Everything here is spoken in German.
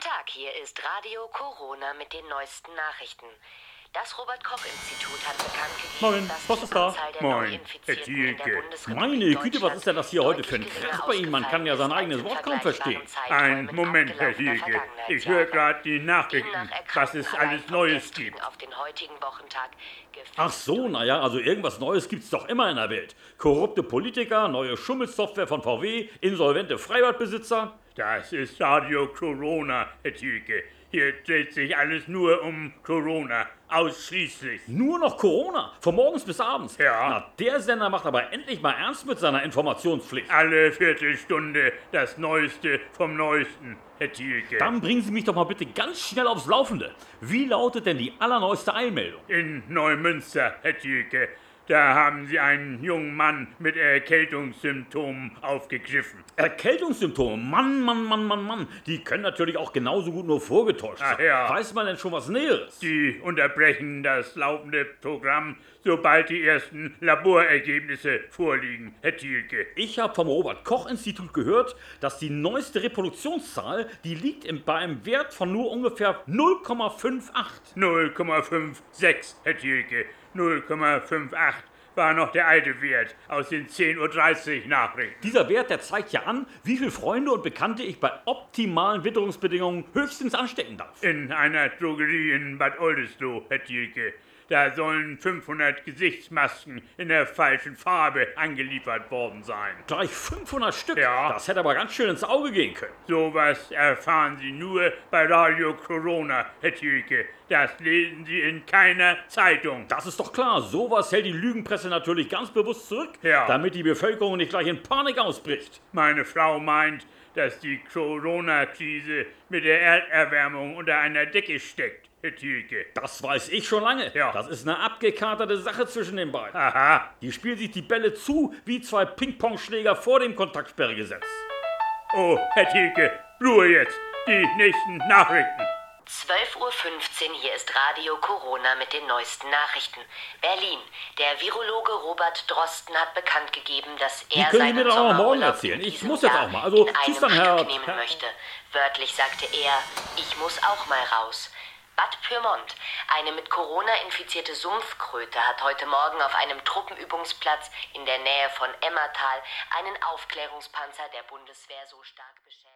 Tag, hier ist Radio Corona mit den neuesten Nachrichten. Das Robert-Koch-Institut hat bekannt gegeben, Moin, dass Boss die ist da. Anzahl der Moin, Neuinfizierten Herr in der Thielke. Bundesrepublik Meine Güte, was Deutschland ist denn das hier heute für ein deutlich Krach geringer bei Ihnen? Man kann ja sein eigenes Wort kaum ausgefallen verstehen. ist als in vergleichbaren Ein Zeiträumen Moment, Herr abgelaufener Hilke. Ich Vergangenheitsjahre. höre gerade die Die Nachrichten, nach was es Erkrankung alles von Neues gestrigen gibt. Auf den heutigen Wochentag gefällt Ach so, naja, also irgendwas Neues gibt's doch immer in der Welt. Korrupte Politiker, neue Schummelsoftware von VW, insolvente Freibadbesitzer. Das ist Radio Corona, Herr Thielke. Hier dreht sich alles nur um Corona, ausschließlich. Nur noch Corona, von morgens bis abends. Ja. Na, der Sender macht aber endlich mal ernst mit seiner Informationspflicht. Alle Viertelstunde das Neueste vom Neuesten, Herr Thielke. Dann bringen Sie mich doch mal bitte ganz schnell aufs Laufende. Wie lautet denn die allerneueste Eilmeldung? In Neumünster, Herr Thielke, da haben Sie einen jungen Mann mit Erkältungssymptomen aufgegriffen. Erkältungssymptome. Mann, Mann, Mann, Mann, Mann. Die können natürlich auch genauso gut nur vorgetäuscht sein. Ach ja. Weiß man denn schon was Näheres? Sie unterbrechen das laufende Programm, sobald die ersten Laborergebnisse vorliegen, Herr Thielke. Ich habe vom Robert-Koch-Institut gehört, dass die neueste Reproduktionszahl, die liegt im, bei einem Wert von nur ungefähr 0,58. 0,56, Herr Thielke. 0,58 war noch der alte Wert aus den 10.30 Uhr Nachrichten. Dieser Wert, der zeigt ja an, wie viele Freunde und Bekannte ich bei optimalen Witterungsbedingungen höchstens anstecken darf. In einer Drogerie in Bad Oldesloe, Herr Thielke. Da sollen 500 Gesichtsmasken in der falschen Farbe angeliefert worden sein. Gleich 500 Stück. Ja. Das hätte aber ganz schön ins Auge gehen können. Sowas erfahren Sie nur bei Radio Corona, Herr Thielke. Das lesen Sie in keiner Zeitung. Das ist doch klar. Sowas hält die Lügenpresse natürlich ganz bewusst zurück, Ja. damit die Bevölkerung nicht gleich in Panik ausbricht. Meine Frau meint, dass die Corona-Krise mit der Erderwärmung unter einer Decke steckt, Herr Thielke. Das weiß ich schon lange. Ja. Das ist eine abgekaterte Sache zwischen den beiden. Aha, Die spielen sich die Bälle zu wie zwei Ping-Pong-Schläger vor dem Kontaktsperregesetz. oh, Herr Thielke, Ruhe jetzt, die nächsten Nachrichten. 12.15 Uhr, hier ist Radio Corona mit den neuesten Nachrichten. Berlin. Der Virologe Robert Drosten hat bekannt gegeben, dass Die er können Sie seinen mir doch auch mal morgen Sommerurlaub erzählen. in Ich diesem muss jetzt Jahr auch mal. Also, in tschüss einem dann, Herr- Stück nehmen Herr- möchte. Wörtlich sagte er, ich muss auch mal raus. Bad Pyrmont. Eine mit Corona infizierte Sumpfkröte hat heute Morgen auf einem Truppenübungsplatz in der Nähe von Emmertal einen Aufklärungspanzer der Bundeswehr so stark beschädigt.